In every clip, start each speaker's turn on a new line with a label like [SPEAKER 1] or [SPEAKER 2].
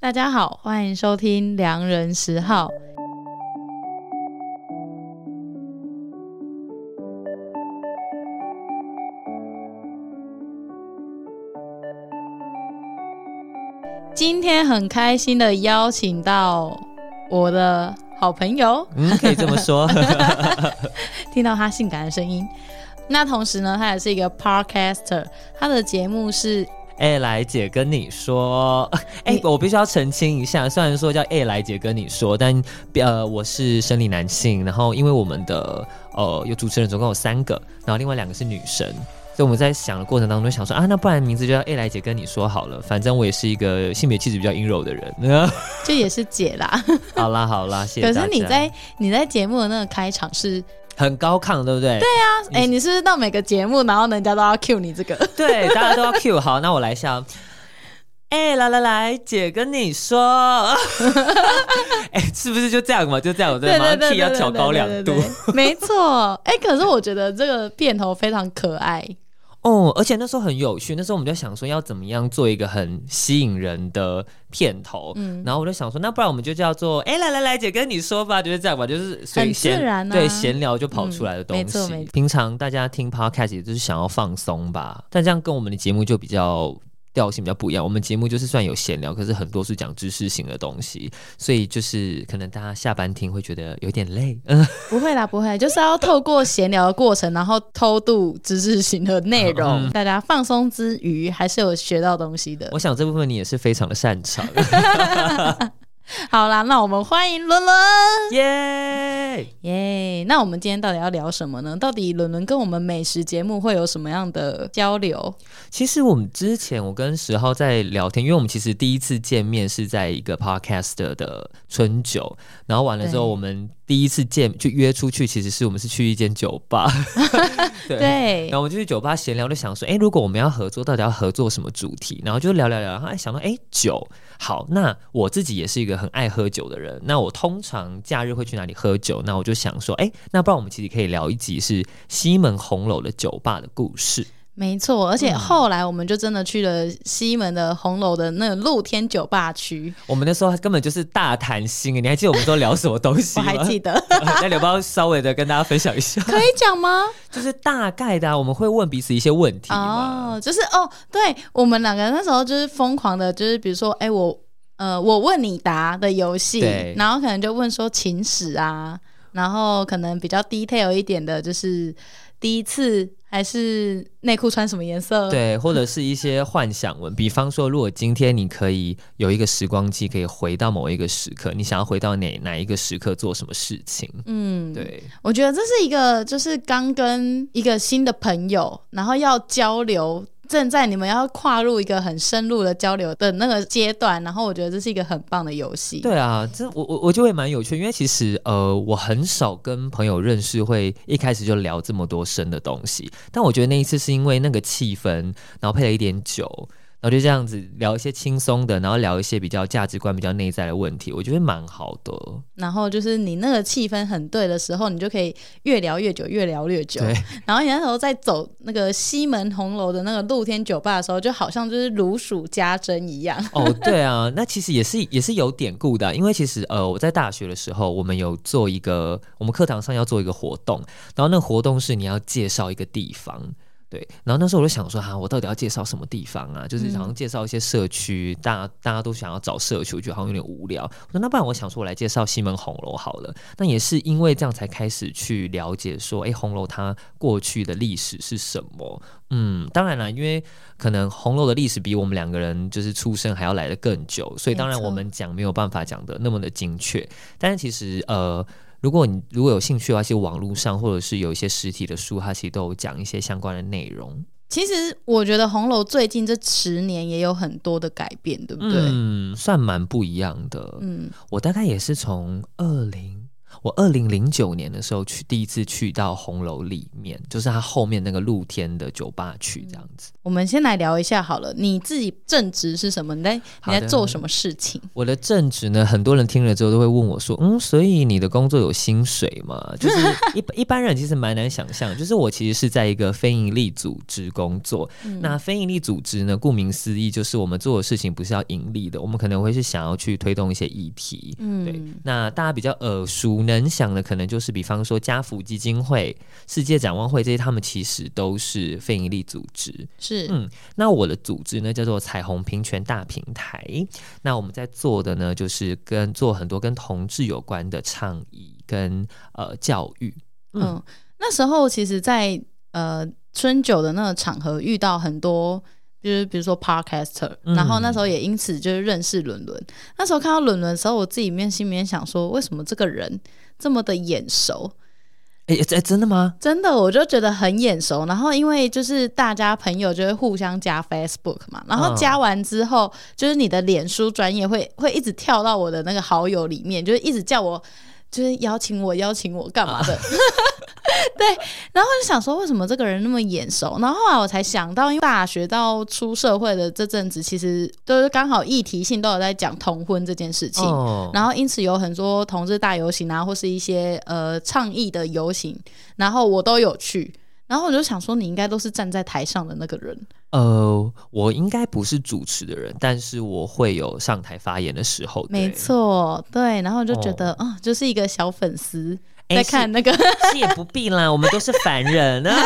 [SPEAKER 1] 大家好，欢迎收听《良人十号》。今天很开心的邀请到我的好朋友，
[SPEAKER 2] 嗯，可以这 么说。
[SPEAKER 1] 听到他性感的声音。那同时呢，他也是一个 podcaster，他的节目是
[SPEAKER 2] 哎、来姐跟你说，哎、
[SPEAKER 1] 你
[SPEAKER 2] 我必须要澄清一下，虽然说叫哎、来姐跟你说，但呃，我是生理男性，然后因为我们的呃有主持人总共有三个，然后另外两个是女生。所以我们在想的过程当中，想说啊，那不然名字就叫哎、来姐跟你说好了，反正我也是一个性别气质比较阴柔的人。
[SPEAKER 1] 这也是姐啦。
[SPEAKER 2] 好啦好啦，谢谢
[SPEAKER 1] 可
[SPEAKER 2] 大
[SPEAKER 1] 是你
[SPEAKER 2] 家
[SPEAKER 1] 在你在节目的那个开场是，
[SPEAKER 2] 很高亢，对不对？对
[SPEAKER 1] 啊哎、你是不是到每个节目，然后人家都要 cue 你这 个？
[SPEAKER 2] 对，大家都要 cue 好，那我来一下。哎、来来来，姐跟你说， 哎、是不是就这样嘛？就这样，我在马上 key 要调高两度
[SPEAKER 1] 对对对没错。哎、可是我觉得这个片头非常可爱，
[SPEAKER 2] 哦。而且那时候很有趣，那时候我们就想说要怎么样做一个很吸引人的片头，
[SPEAKER 1] 嗯
[SPEAKER 2] 然后我就想说，那不然我们就叫做“哎、来来来，姐跟你说吧”，就是这样吧，就是
[SPEAKER 1] 很
[SPEAKER 2] 随
[SPEAKER 1] 自
[SPEAKER 2] 闲、
[SPEAKER 1] 然啊
[SPEAKER 2] 对闲聊就跑出来的
[SPEAKER 1] 嗯
[SPEAKER 2] 东
[SPEAKER 1] 没
[SPEAKER 2] 西。
[SPEAKER 1] 错没错
[SPEAKER 2] 平常大家听 podcast 也就是想要放松吧，但这样跟我们的节目就比较。调性比较不一样，我们节目就是算有闲聊，可是很多是讲知识型的东西，所以就是可能大家下班听会觉得有点累，嗯，
[SPEAKER 1] 不会啦，不会，就是要透过闲聊的过程，然后偷渡知识型的内容，
[SPEAKER 2] 嗯
[SPEAKER 1] 大家放松之余，还是有学到东西的
[SPEAKER 2] 我。想这部分你也是非常的擅 长，
[SPEAKER 1] 好啦，那我们欢迎伦伦，
[SPEAKER 2] 耶、
[SPEAKER 1] 耶、那我们今天到底要聊什么呢？到底伦伦跟我们美食节目会有什么样的交流？
[SPEAKER 2] 其实我们之前我跟十号在聊天，因为我们其实第一次见面是在一个 podcast 的春酒，然后完了之后
[SPEAKER 1] 对
[SPEAKER 2] 我们第一次见就约出去，其实是我们是去一间酒吧， 对
[SPEAKER 1] 对
[SPEAKER 2] 然，后我们就去酒吧闲聊，就想说，哎，如果我们要合作，到底要合作什么主题？然后就聊聊聊，然后哎想到，哎，酒，好，那我自己也是一个很爱喝酒的人，那我通常假日会去哪里喝酒？那我就想说，哎，那不然我们其实可以聊一集是西门红楼的酒吧的故事。
[SPEAKER 1] 没错，而且
[SPEAKER 2] 嗯
[SPEAKER 1] 后来我们就真的去了西门的红楼的那个露天酒吧区，
[SPEAKER 2] 我们那时候根本就是大谈心，你还记得我们都聊什么东 西
[SPEAKER 1] 我
[SPEAKER 2] 吗？
[SPEAKER 1] 还记得，
[SPEAKER 2] 那你要不要稍微的跟大家分享 一下？
[SPEAKER 1] 可以讲吗？
[SPEAKER 2] 就是大概的、啊，我们会问彼此一些问题嘛。
[SPEAKER 1] 哦，就是哦，对我们两个那时候就是疯狂的，就是比如说，哎、我呃，我问你答的游戏
[SPEAKER 2] 对，
[SPEAKER 1] 然后可能就问说情史啊，然后可能比较 detail 一点的，就是第一次还是内裤穿什么颜色？
[SPEAKER 2] 对，或者是一些幻想文，比方说，如果今天你可以有一个时光机，可以回到某一个时刻，你想要回到哪哪一个时刻做什么事情？
[SPEAKER 1] 嗯，
[SPEAKER 2] 对，
[SPEAKER 1] 我觉得这是一个，就是刚跟一个新的朋友，然后要交流，正在你们要跨入一个很深入的交流的那个阶段，然后我觉得这是一个很棒的游戏。
[SPEAKER 2] 对啊，这我我我就会蛮有趣，因为其实呃，我很少跟朋友认识会一开始就聊这么多深的东西，但我觉得那一次是因为那个气氛，然后配了一点酒，然后就这样子聊一些轻松的，然后聊一些比较价值观、比较内在的问题，我觉得蛮好的。
[SPEAKER 1] 然后就是你那个气氛很对的时候，你就可以越聊越久，越聊越久。
[SPEAKER 2] 对，
[SPEAKER 1] 然后你那时候在走那个西门红楼的那个露天酒吧的时候，就好像就是如数家珍一样。
[SPEAKER 2] 哦，对啊，那其实也是也是有典故的啊、因为其实呃，我在大学的时候，我们有做一个，我们课堂上要做一个活动，然后那个活动是你要介绍一个地方。对，然后那时候我就想说，哈、我到底要介绍什么地方啊？就是好像介绍一些社区，大家大家都想要找社区，我觉得好像有点无聊。我说那不然我想说，我来介绍西门红楼好了。那也是因为这样才开始去了解说，哎，红楼它过去的历史是什么？嗯，当然啦，因为可能红楼的历史比我们两个人就是出生还要来得更久，所以当然
[SPEAKER 1] 没错
[SPEAKER 2] 我们讲没有办法讲的那么的精确。但是其实呃，如果你如果有兴趣的话，其实网络上或者是有一些实体的书，它其实都有讲一些相关的内容。
[SPEAKER 1] 其实我觉得红楼最近这十年也有很多的改变，对不对？
[SPEAKER 2] 嗯嗯，算蛮不一样的。
[SPEAKER 1] 嗯
[SPEAKER 2] 我大概也是从二零，我二零零九年的时候去第一次去到红楼里面，就是它后面那个露天的酒吧去这样子。
[SPEAKER 1] 我们先来聊一下好了，你自己正职是什么？你在你
[SPEAKER 2] 好的
[SPEAKER 1] 在做什么事情？
[SPEAKER 2] 我的正职呢，很多人听了之后都会问我说：“嗯，所以你的工作有薪水吗？”就是一一般人其实蛮难想象，就是我其实是在一个非营利组织工作。那非营利组织呢，顾名思义，就是我们做的事情不是要盈利的，我们可能会是想要去推动一些议题。对
[SPEAKER 1] 嗯，
[SPEAKER 2] 那大家比较耳熟能详的，可能就是比方说家福基金会、世界展望会这些，他们其实都是非营利组织。
[SPEAKER 1] 是
[SPEAKER 2] 嗯那我的组织呢叫做彩虹平权大平台。那我们在做的呢，就是跟做很多跟同志有关的倡议跟呃教育。嗯
[SPEAKER 1] 嗯，那时候其实在，呃春酒的那个场合遇到很多，就是比如说 podcaster，、
[SPEAKER 2] 嗯
[SPEAKER 1] 然后那时候也因此就是认识伦伦。那时候看到伦伦的时候，我自己面心里面想说，为什么这个人这么的眼熟？
[SPEAKER 2] 哎、诶诶真的吗？
[SPEAKER 1] 真的，我就觉得很眼熟。然后因为就是大家朋友就会互相加 Facebook 嘛，然后
[SPEAKER 2] 嗯
[SPEAKER 1] 加完之后，就是你的脸书专业会会一直跳到我的那个好友里面，就是一直叫我，就是邀请我邀请我干嘛的。对，然后我就想说，为什么这个人那么眼熟？然后后来我才想到，因为大学到出社会的这阵子，其实都是刚好议题性都有在讲同婚这件事情。
[SPEAKER 2] 哦，
[SPEAKER 1] 然后因此有很多同志大游行啊，或是一些呃倡议的游行，然后我都有去。然后我就想说，你应该都是站在台上的那个人，
[SPEAKER 2] 呃，我应该不是主持的人，但是我会有上台发言的时候。
[SPEAKER 1] 没
[SPEAKER 2] 对，
[SPEAKER 1] 错，对。然后我就觉得，啊，就是一个小粉丝
[SPEAKER 2] 诶
[SPEAKER 1] 在看那个。
[SPEAKER 2] 是是也不必啦，我们都是凡人啊。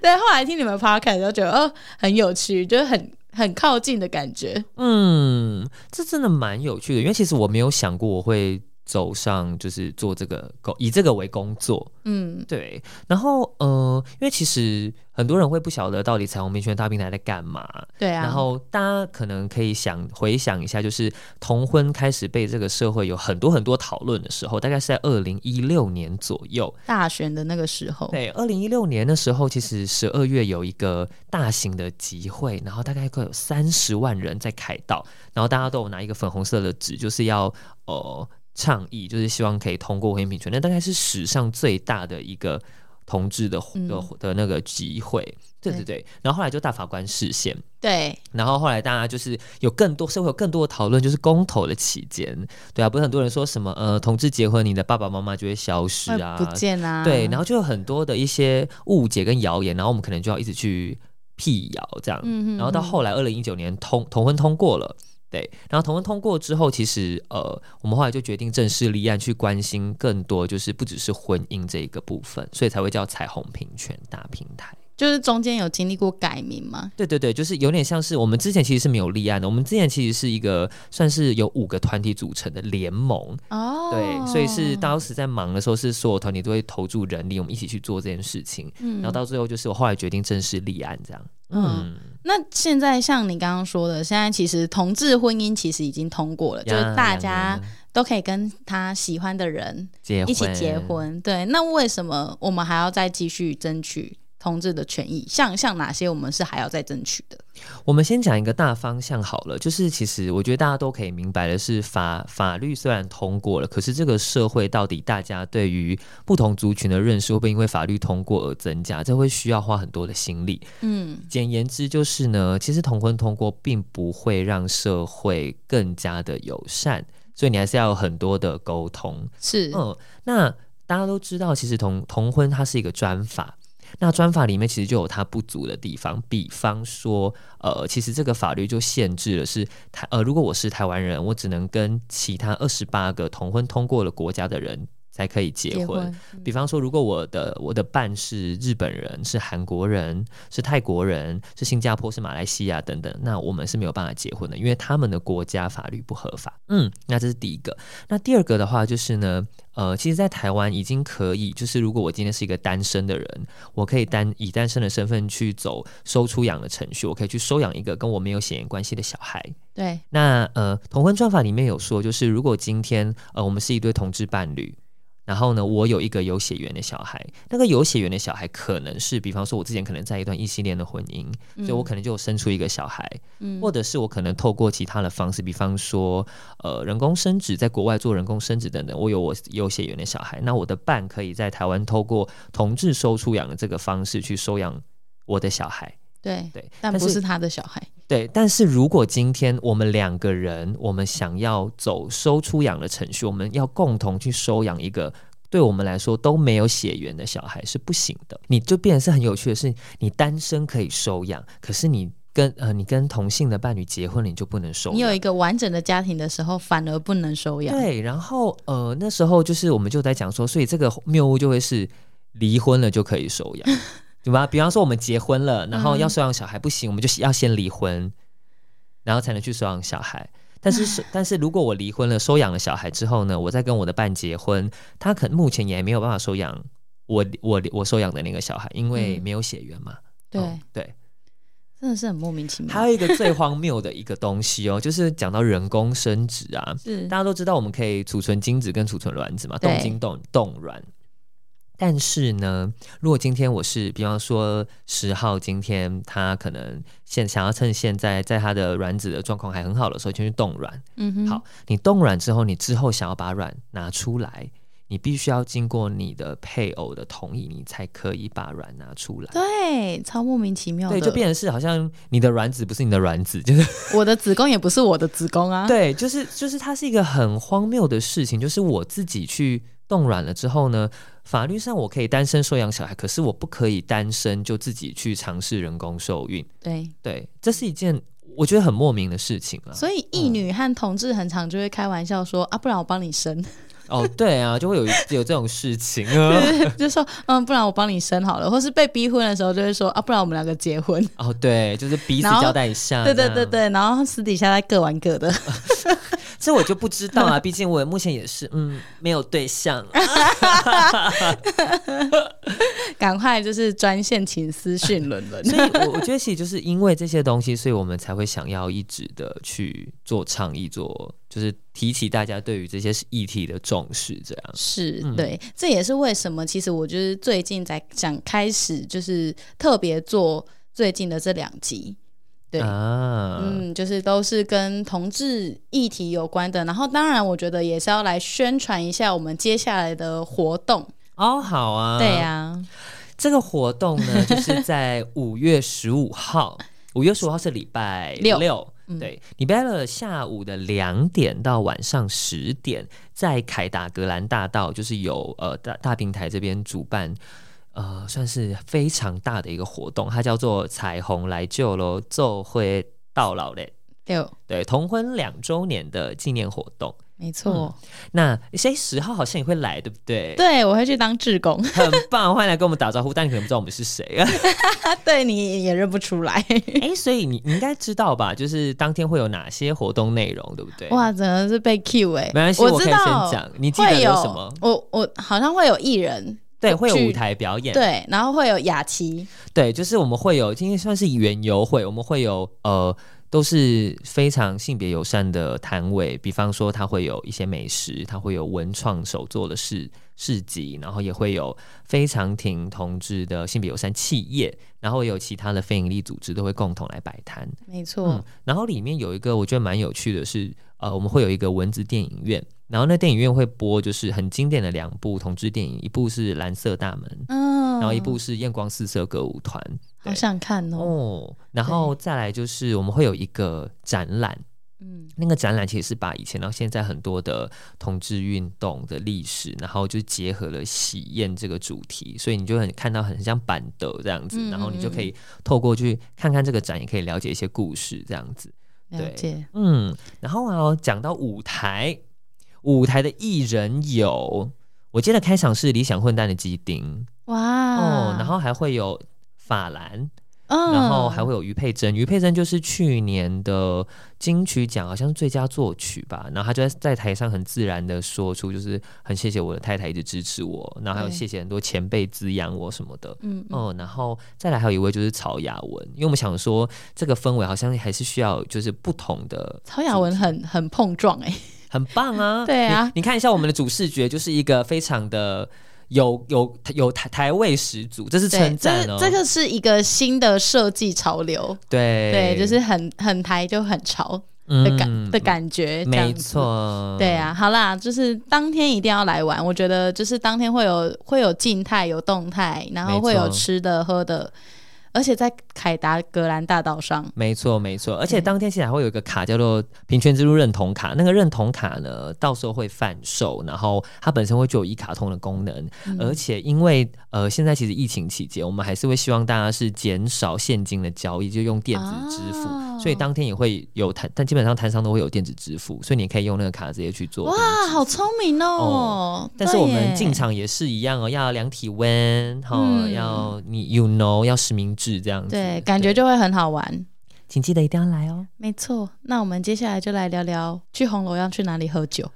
[SPEAKER 1] 对，后来听你们 podcast 就觉得，哦，很有趣，就是很很靠近的感觉。
[SPEAKER 2] 嗯，这真的蛮有趣的，因为其实我没有想过我会走上就是做这个工，以这个为工作。
[SPEAKER 1] 嗯，
[SPEAKER 2] 对，然后呃，因为其实很多人会不晓得到底彩虹民权大平台在干嘛，
[SPEAKER 1] 对啊。
[SPEAKER 2] 然后大家可能可以想回想一下，就是同婚开始被这个社会有很多很多讨论的时候，大概是在二零一六年左右。
[SPEAKER 1] 大选的那个时候，
[SPEAKER 2] 对，二零一六年的时候，其实十二月有一个大型的集会，然后大概快有三十万人在凯道，然后大家都有拿一个粉红色的纸，就是要呃倡议，就是希望可以通过婚姻平权，那大概是史上最大的一个同志的活的、
[SPEAKER 1] 嗯
[SPEAKER 2] 的那个集会，对对对，然后后来就大法官视线。
[SPEAKER 1] 对，
[SPEAKER 2] 然后后来大家就是有更多社会有更多的讨论，就是公投的期间，对啊，不是很多人说什么呃，同志结婚，你的爸爸妈妈就会消失
[SPEAKER 1] 会
[SPEAKER 2] 啊，
[SPEAKER 1] 不见啊。
[SPEAKER 2] 对，然
[SPEAKER 1] 后
[SPEAKER 2] 后就有很多的一些误解跟谣言，然后我们可能就要一直去辟谣这样。
[SPEAKER 1] 嗯嗯
[SPEAKER 2] 然后到
[SPEAKER 1] 嗯
[SPEAKER 2] 后来，二零一九年同同婚通过了。对，然后同婚通过之后，其实呃，我们后来就决定正式立案，去关心更多，就是不只是婚姻这一个部分，所以才会叫彩虹平权大平台。
[SPEAKER 1] 就是中间有经历过改名嘛，
[SPEAKER 2] 对对对，就是有点像是我们之前其实是没有立案的，我们之前其实是一个算是有五个团体组成的联盟，
[SPEAKER 1] 哦，
[SPEAKER 2] 对，所以是当时在忙的时候，是所有团体都会投注人力，我们一起去做这件事情。
[SPEAKER 1] 嗯
[SPEAKER 2] 然后到最后就是我后来决定正式立案这样。
[SPEAKER 1] 嗯
[SPEAKER 2] 嗯，
[SPEAKER 1] 那现在像你刚刚说的，现在其实同志婚姻其实已经通过了，就是
[SPEAKER 2] 呀
[SPEAKER 1] 大
[SPEAKER 2] 呀
[SPEAKER 1] 家
[SPEAKER 2] 呀
[SPEAKER 1] 都可以跟他喜欢的人
[SPEAKER 2] 结婚
[SPEAKER 1] 一起结。婚。对，那为什么我们还要再继续争取同志的权益？像像哪些我们是还要再争取的？
[SPEAKER 2] 我们先讲一个大方向好了，就是其实我觉得大家都可以明白的是法法律虽然通过了，可是这个社会到底大家对于不同族群的认识会不会因为法律通过而增加？这会需要花很多的心力。
[SPEAKER 1] 嗯
[SPEAKER 2] 简言之就是呢，其实同婚通过并不会让社会更加的友善，所以你还是要有很多的沟通。
[SPEAKER 1] 是
[SPEAKER 2] 嗯，那大家都知道，其实同同婚它是一个专法。那专法里面其实就有它不足的地方，比方说，呃，其实这个法律就限制了是台呃，如果我是台湾人，我只能跟其他二十八个同婚通过了国家的人才可以结婚。比方说，如果我的我的伴是日本人、是韩国人、是泰国人、是新加坡、是马来西亚等等，那我们是没有办法结婚的，因为他们的国家法律不合法。嗯，那这是第一个。那第二个的话就是呢，呃，其实，在台湾已经可以，就是如果我今天是一个单身的人，我可以单以单身的身份去走收出养的程序，我可以去收养一个跟我没有血缘关系的小孩。
[SPEAKER 1] 对，
[SPEAKER 2] 那呃，同婚专法里面有说，就是如果今天呃我们是一对同志伴侣，然后呢，我有一个有血缘的小孩，那个有血缘的小孩可能是，比方说，我之前可能在一段异性恋的婚姻，所以我可能就有生出一个小孩，
[SPEAKER 1] 嗯
[SPEAKER 2] 或者是我可能透过其他的方式，比方说，呃，人工生殖，在国外做人工生殖等等，我有我有血缘的小孩，那我的伴可以在台湾透过同志收出养的这个方式去收养我的小孩，
[SPEAKER 1] 对，
[SPEAKER 2] 对，
[SPEAKER 1] 但
[SPEAKER 2] 但
[SPEAKER 1] 不
[SPEAKER 2] 是
[SPEAKER 1] 是他的小孩，
[SPEAKER 2] 对，但是如果今天我们两个人，我们想要走收出养的程序，我们要共同去收养一个。对我们来说都没有血缘的小孩是不行的，你就变成是很有趣的是，你单身可以收养，可是你跟呃你跟同性的伴侣结婚了，你就不能收养。
[SPEAKER 1] 你有一个完整的家庭的时候，反而不能收养。
[SPEAKER 2] 对，然后呃，那时候就是我们就在讲说，所以这个谬误就会是离婚了就可以收 养，对吧？比方说我们结婚了，然
[SPEAKER 1] 嗯
[SPEAKER 2] 后要收养小孩不行，我们就是要先离婚，然后才能去收养小孩。但 是是，但是如果我离婚了，收养了小孩之后呢，我再跟我的伴结婚，他可目前也没有办法收养我我我收养的那个小孩，因为
[SPEAKER 1] 嗯
[SPEAKER 2] 没有血缘嘛。
[SPEAKER 1] 对，
[SPEAKER 2] 嗯对，哦
[SPEAKER 1] 真的是很莫名其妙。
[SPEAKER 2] 还有一个最荒谬的一个东西哦，就是讲到人工生殖啊，
[SPEAKER 1] 是
[SPEAKER 2] 大家都知道我们可以储存精子跟储存卵子嘛，
[SPEAKER 1] 对
[SPEAKER 2] 冻精冻冻卵。但是呢，如果今天我是，比方说十号，今天他可能现想要趁现在在他的卵子的状况还很好的时候，先去冻卵。
[SPEAKER 1] 嗯哼，
[SPEAKER 2] 好，你冻卵之后，你之后想要把卵拿出来，你必须要经过你的配偶的同意，你才可以把卵拿出来。
[SPEAKER 1] 对，超莫名其妙的。
[SPEAKER 2] 对，就变成是好像你的卵子不是你的卵子， 就是
[SPEAKER 1] 我的子宫也不是我的子宫啊。
[SPEAKER 2] 对，就是就是它是一个很荒谬的事情，就是我自己去冻卵了之后呢，法律上我可以单身收养小孩，可是我不可以单身就自己去尝试人工受孕。
[SPEAKER 1] 对，
[SPEAKER 2] 对，这是一件我觉得很莫名的事情啊。
[SPEAKER 1] 所以异女和同志很常就会开玩笑说啊，不然我帮你生，
[SPEAKER 2] 哦，对啊，就会有 有这种事情啊。
[SPEAKER 1] 就说嗯，不然我帮你生好了，或是被逼婚的时候就会说啊，不然我们两个结婚。
[SPEAKER 2] 哦，对，就是彼此
[SPEAKER 1] 然后
[SPEAKER 2] 交代一下。
[SPEAKER 1] 对对
[SPEAKER 2] 啊这
[SPEAKER 1] 对
[SPEAKER 2] 样，
[SPEAKER 1] 对，然后私底下再各玩各的。
[SPEAKER 2] 这我就不知道啊，毕竟我目前也是嗯没有对象。
[SPEAKER 1] 赶快就是专线请私讯伦伦。
[SPEAKER 2] 所以我，我觉得其实就是因为这些东西，所以我们才会想要一直的去做倡议，做就是提起大家对于这些议题的重视，这样。
[SPEAKER 1] 是
[SPEAKER 2] 嗯
[SPEAKER 1] 对，这也是为什么，其实我就是最近才想开始，就是特别做最近的这两集，对
[SPEAKER 2] 啊，
[SPEAKER 1] 嗯，就是都是跟同志议题有关的。然后，当然，我觉得也是要来宣传一下我们接下来的活动。
[SPEAKER 2] 哦，好啊，
[SPEAKER 1] 对呀、
[SPEAKER 2] 这个活动呢，就是在五月十五号，五月十五号是礼拜
[SPEAKER 1] 六
[SPEAKER 2] 对，礼拜六下午的两点到晚上十点，在凯达格兰大道，就是有呃大大平台这边主办，呃，算是非常大的一个活动，它叫做“彩虹来救喽”，奏会到老嘞，
[SPEAKER 1] 六，
[SPEAKER 2] 对，同婚两周年的纪念活动。
[SPEAKER 1] 没错，
[SPEAKER 2] 嗯那谁十号好像也会来，对不 对？，
[SPEAKER 1] 对我会去当志工，
[SPEAKER 2] 很棒，欢迎来跟我们打招呼，但你可能不知道我们是谁啊。
[SPEAKER 1] 对你也认不出来。
[SPEAKER 2] 哎、所以你你应该知道吧？就是当天会有哪些活动内容，对不对？，
[SPEAKER 1] 哇，真的是被 Q 哎、
[SPEAKER 2] 没关系，我
[SPEAKER 1] 我
[SPEAKER 2] 可
[SPEAKER 1] 知
[SPEAKER 2] 以
[SPEAKER 1] 道
[SPEAKER 2] 先讲。你记得
[SPEAKER 1] 会
[SPEAKER 2] 有什么？
[SPEAKER 1] 我我好像会有艺人，
[SPEAKER 2] 对，会有
[SPEAKER 1] 剧
[SPEAKER 2] 舞台表演，
[SPEAKER 1] 对，然后会有雅琪，
[SPEAKER 2] 对，就是我们会有，今天算是园游会，我们会有呃，都是非常性别友善的摊位，比方说它会有一些美食，它会有文创手作的市市集，然后也会有非常挺同志的性别友善企业，然后也有其他的非营利组织都会共同来摆摊。
[SPEAKER 1] 没错，
[SPEAKER 2] 嗯，然后里面有一个我觉得蛮有趣的是，呃，我们会有一个文字电影院，然后那电影院会播就是很经典的两部同志电影，一部是《蓝色大门》，
[SPEAKER 1] 嗯，
[SPEAKER 2] 然后一部是《艳光四射歌舞团》
[SPEAKER 1] 好想看哦，
[SPEAKER 2] 哦，然后再来就是我们会有一个展览，
[SPEAKER 1] 嗯，
[SPEAKER 2] 那个展览其实是把以前到现在很多的同志运动的历史，然后就结合了喜宴这个主题，所以你就很看到很像板德这样
[SPEAKER 1] 嗯
[SPEAKER 2] 子，然后你就
[SPEAKER 1] 嗯嗯
[SPEAKER 2] 可以透过去看看这个展，也可以了解一些故事这样子。
[SPEAKER 1] 了解，
[SPEAKER 2] 嗯，然后啊，讲到舞台，舞台的艺人有，我记得开场是理想混蛋的基丁、
[SPEAKER 1] 哇，
[SPEAKER 2] 哦，然后还会有法兰，
[SPEAKER 1] 啊嗯，
[SPEAKER 2] 然后还会有于佩珍，于佩珍就是去年的金曲奖好像是最佳作曲吧，然后她就在在台上很自然的说出，就是很谢谢我的太太一直支持我，然后还有
[SPEAKER 1] 对
[SPEAKER 2] 谢谢很多前辈滋养我什么的，
[SPEAKER 1] 嗯，嗯，
[SPEAKER 2] 哦，然后再来还有一位就是曹雅文，因为我们想说这个氛围好像还是需要就是不同的
[SPEAKER 1] 曹雅文很很碰撞哎、
[SPEAKER 2] 很棒啊！
[SPEAKER 1] 对啊
[SPEAKER 2] 你，你看一下我们的主视觉，就是一个非常的有有有台台味十足，这是
[SPEAKER 1] 对
[SPEAKER 2] 称，
[SPEAKER 1] 这
[SPEAKER 2] 赞哦。
[SPEAKER 1] 这个是一个新的设计潮流，
[SPEAKER 2] 对嗯
[SPEAKER 1] 对，就是很很台就很潮的感、的感觉，这样
[SPEAKER 2] 没
[SPEAKER 1] 子。
[SPEAKER 2] 错，
[SPEAKER 1] 对啊，好啦，就是当天一定要来玩。我觉得就是当天会有会有静态，有动态，然后会有
[SPEAKER 2] 没错
[SPEAKER 1] 吃的喝的，而且在凯达格兰大道上，
[SPEAKER 2] 没错，没错，而且
[SPEAKER 1] 对
[SPEAKER 2] 当天其实还会有一个卡叫做“平权之路认同卡”，那个认同卡呢，到时候会贩售，然后它本身会具有一卡通的功能，
[SPEAKER 1] 嗯
[SPEAKER 2] 而且因为呃现在其实疫情期间，我们还是会希望大家是减少现金的交易，就用电子支付，
[SPEAKER 1] 哦
[SPEAKER 2] 所以当天也会有摊，但基本上摊商都会有电子支付，所以你可以用那个卡直接去做。
[SPEAKER 1] 哇，好聪明哦！
[SPEAKER 2] 但是我们进
[SPEAKER 1] 进
[SPEAKER 2] 场也是一样哦，要量体温，哈、
[SPEAKER 1] 嗯
[SPEAKER 2] 要你 you know 要实名制这样子，
[SPEAKER 1] 对，感觉就会很好玩。
[SPEAKER 2] 请记得一定要来哦。
[SPEAKER 1] 没错，那我们接下来就来聊聊去红楼要去哪里喝酒。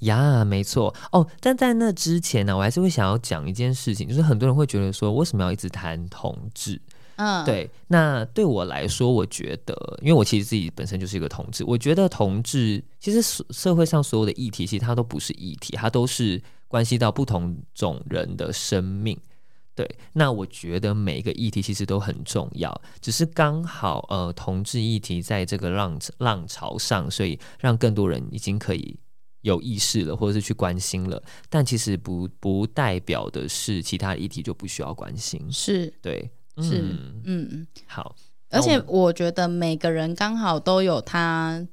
[SPEAKER 2] 呀，没错哦。但在那之前呢、我还是会想要讲一件事情，就是很多人会觉得说，为什么要一直谈同志？
[SPEAKER 1] 嗯，，
[SPEAKER 2] 对，那对我来说，我觉得，因为我其实自己本身就是一个同志，我觉得同志其实所社会上所有的议题，其实它都不是议题，它都是关系到不同种人的生命。对，那我觉得每一个议题其实都很重要，只是刚好呃，同志议题在这个浪浪潮上，所以让更多人已经可以有意识了，或者是去关心了。但其实不不代表的是其他议题就不需要关心。
[SPEAKER 1] 是
[SPEAKER 2] 对，
[SPEAKER 1] 是
[SPEAKER 2] 嗯，
[SPEAKER 1] 嗯，
[SPEAKER 2] 好。
[SPEAKER 1] 而且
[SPEAKER 2] 那
[SPEAKER 1] 我觉得每个人刚好都有他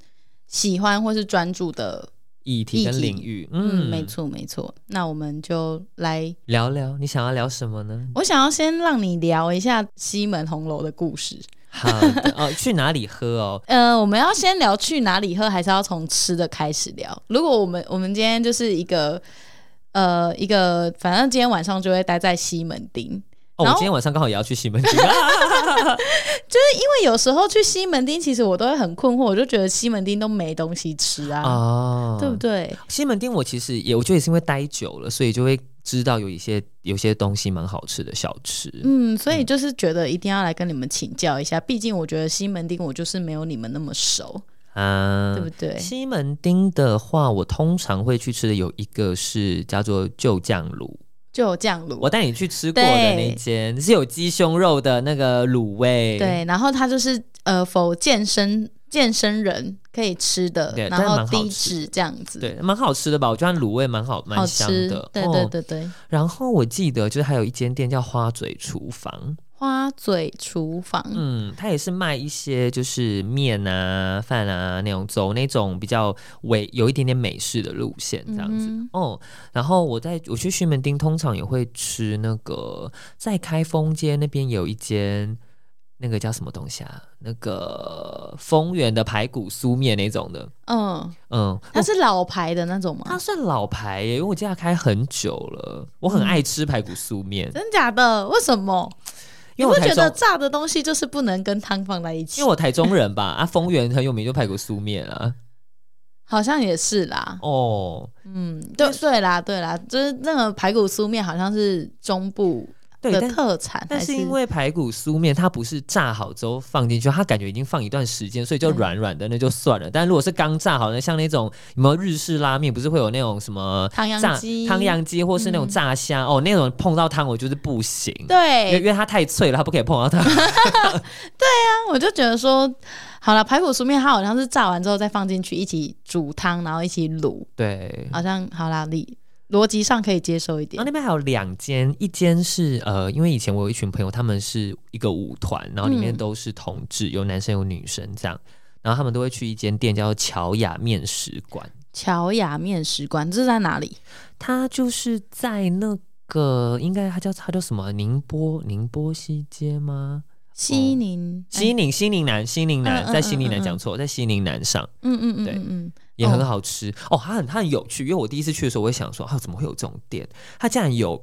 [SPEAKER 1] 喜欢或是专注的，
[SPEAKER 2] 议题跟领域，
[SPEAKER 1] 嗯，没，错没错。那我们就来，
[SPEAKER 2] 聊聊你想要聊什 么呢？
[SPEAKER 1] 我想要先让你聊一下西门红楼的故事。
[SPEAKER 2] 好的哦，去哪里喝哦？
[SPEAKER 1] 呃，我们要先聊去哪里喝，还是要从吃的开始聊？如果我们我们今天就是一个呃一个，反正今天晚上就会待在西门町，因
[SPEAKER 2] 哦，我
[SPEAKER 1] 然后
[SPEAKER 2] 今天晚上刚好也要去西 门町，啊
[SPEAKER 1] 为有时候去西门町，其实我都会很困惑，我就觉得西门町都没东西吃啊，
[SPEAKER 2] 哦，
[SPEAKER 1] 对不？对？
[SPEAKER 2] 西门町我其实也，我觉得也是因为待久了，所以就会知道有一些有些东西蛮好吃的小吃。
[SPEAKER 1] 嗯，所以就是觉得一定要来跟你们请教一下，毕竟我觉得西门町我就是没有你们那么熟，
[SPEAKER 2] 啊，
[SPEAKER 1] 对不对？
[SPEAKER 2] 西门町的话，我通常会去吃的有一个是叫做旧酱卤，
[SPEAKER 1] 就有酱卤
[SPEAKER 2] 我，带你去吃过的那
[SPEAKER 1] 对
[SPEAKER 2] 间是有鸡胸肉的那个卤味，
[SPEAKER 1] 对，然后它就是呃，否健身健身人可以吃的
[SPEAKER 2] 对，但
[SPEAKER 1] 然
[SPEAKER 2] 是
[SPEAKER 1] 后
[SPEAKER 2] 蛮好
[SPEAKER 1] 低
[SPEAKER 2] 吃
[SPEAKER 1] 脂这样子，
[SPEAKER 2] 对，蛮好吃的吧？我觉得它卤味蛮好，
[SPEAKER 1] 好
[SPEAKER 2] 蛮香
[SPEAKER 1] 吃
[SPEAKER 2] 的。，
[SPEAKER 1] 对
[SPEAKER 2] 哦
[SPEAKER 1] 对对对，
[SPEAKER 2] 然后我记得就是还有一间店叫花嘴厨房，
[SPEAKER 1] 花嘴厨房，
[SPEAKER 2] 嗯，它也是卖一些就是面啊、饭啊那种，走那种比较美有一点点美式的路线这样子。
[SPEAKER 1] 嗯
[SPEAKER 2] 哦，然后我在我去西门町，通常也会吃那个在开封街那边有一间。那个叫什么东西啊？那个丰原的排骨酥面那种的，
[SPEAKER 1] 嗯，
[SPEAKER 2] 嗯，
[SPEAKER 1] 它是老牌的那种
[SPEAKER 2] 它
[SPEAKER 1] 吗？
[SPEAKER 2] 算老牌耶，因为我家开很久了，我
[SPEAKER 1] 嗯
[SPEAKER 2] 很爱吃排骨素面，
[SPEAKER 1] 真假的？为什么？你
[SPEAKER 2] 因为我
[SPEAKER 1] 不
[SPEAKER 2] 台
[SPEAKER 1] 觉
[SPEAKER 2] 中
[SPEAKER 1] 得，炸的东西就是不能跟汤放在一起
[SPEAKER 2] 因为？我台中人吧，啊，丰原很有名就排骨素面啊，
[SPEAKER 1] 好像也是啦，
[SPEAKER 2] 哦，
[SPEAKER 1] 嗯，对对啦，对啦，就是那个排骨酥面好像是中部
[SPEAKER 2] 对，
[SPEAKER 1] 的
[SPEAKER 2] 但
[SPEAKER 1] 特产，
[SPEAKER 2] 但
[SPEAKER 1] 还
[SPEAKER 2] 是因为排骨酥面它不是炸好之后放进去，它感觉已经放一段时间，所以就
[SPEAKER 1] 嗯
[SPEAKER 2] 软软的，那就算了。但如果是刚炸好的，像那种有没有日式拉面，不是会有那种什么
[SPEAKER 1] 唐扬
[SPEAKER 2] 炸
[SPEAKER 1] 鸡
[SPEAKER 2] 汤阳鸡，或是那种
[SPEAKER 1] 嗯
[SPEAKER 2] 炸虾、哦，那种碰到汤我就是不行，因为因
[SPEAKER 1] 对，
[SPEAKER 2] 为它太脆了，它不可以碰到汤。
[SPEAKER 1] 那我就觉得说，好了，排骨酥面它好像是炸完之后再放进去一起煮汤，然后一起卤，
[SPEAKER 2] 对，
[SPEAKER 1] 好像好啦，理逻辑上可以接受一
[SPEAKER 2] 然
[SPEAKER 1] 点
[SPEAKER 2] 后啊那，边还有两间，一间是呃，因为以前我有一群朋友，他们是一个舞团，然后里面
[SPEAKER 1] 嗯
[SPEAKER 2] 都是同志，有男生有女生这样，然后他们都会去一间店叫做乔雅面食馆，
[SPEAKER 1] 乔雅面食馆这是在哪里？
[SPEAKER 2] 它就是在那个应该它叫它叫什么啊宁波宁波西街吗？
[SPEAKER 1] 西宁，
[SPEAKER 2] 哎哦西
[SPEAKER 1] 哎，
[SPEAKER 2] 宁西宁南西宁南
[SPEAKER 1] 嗯嗯
[SPEAKER 2] 在西宁南
[SPEAKER 1] 嗯嗯
[SPEAKER 2] 讲错，在西宁南上。
[SPEAKER 1] 嗯嗯嗯
[SPEAKER 2] 对
[SPEAKER 1] 嗯嗯，
[SPEAKER 2] 也很好吃哦，它很它很有趣，因为我第一次去的时候，我会想说，啊，怎么会有这种店？它竟然有，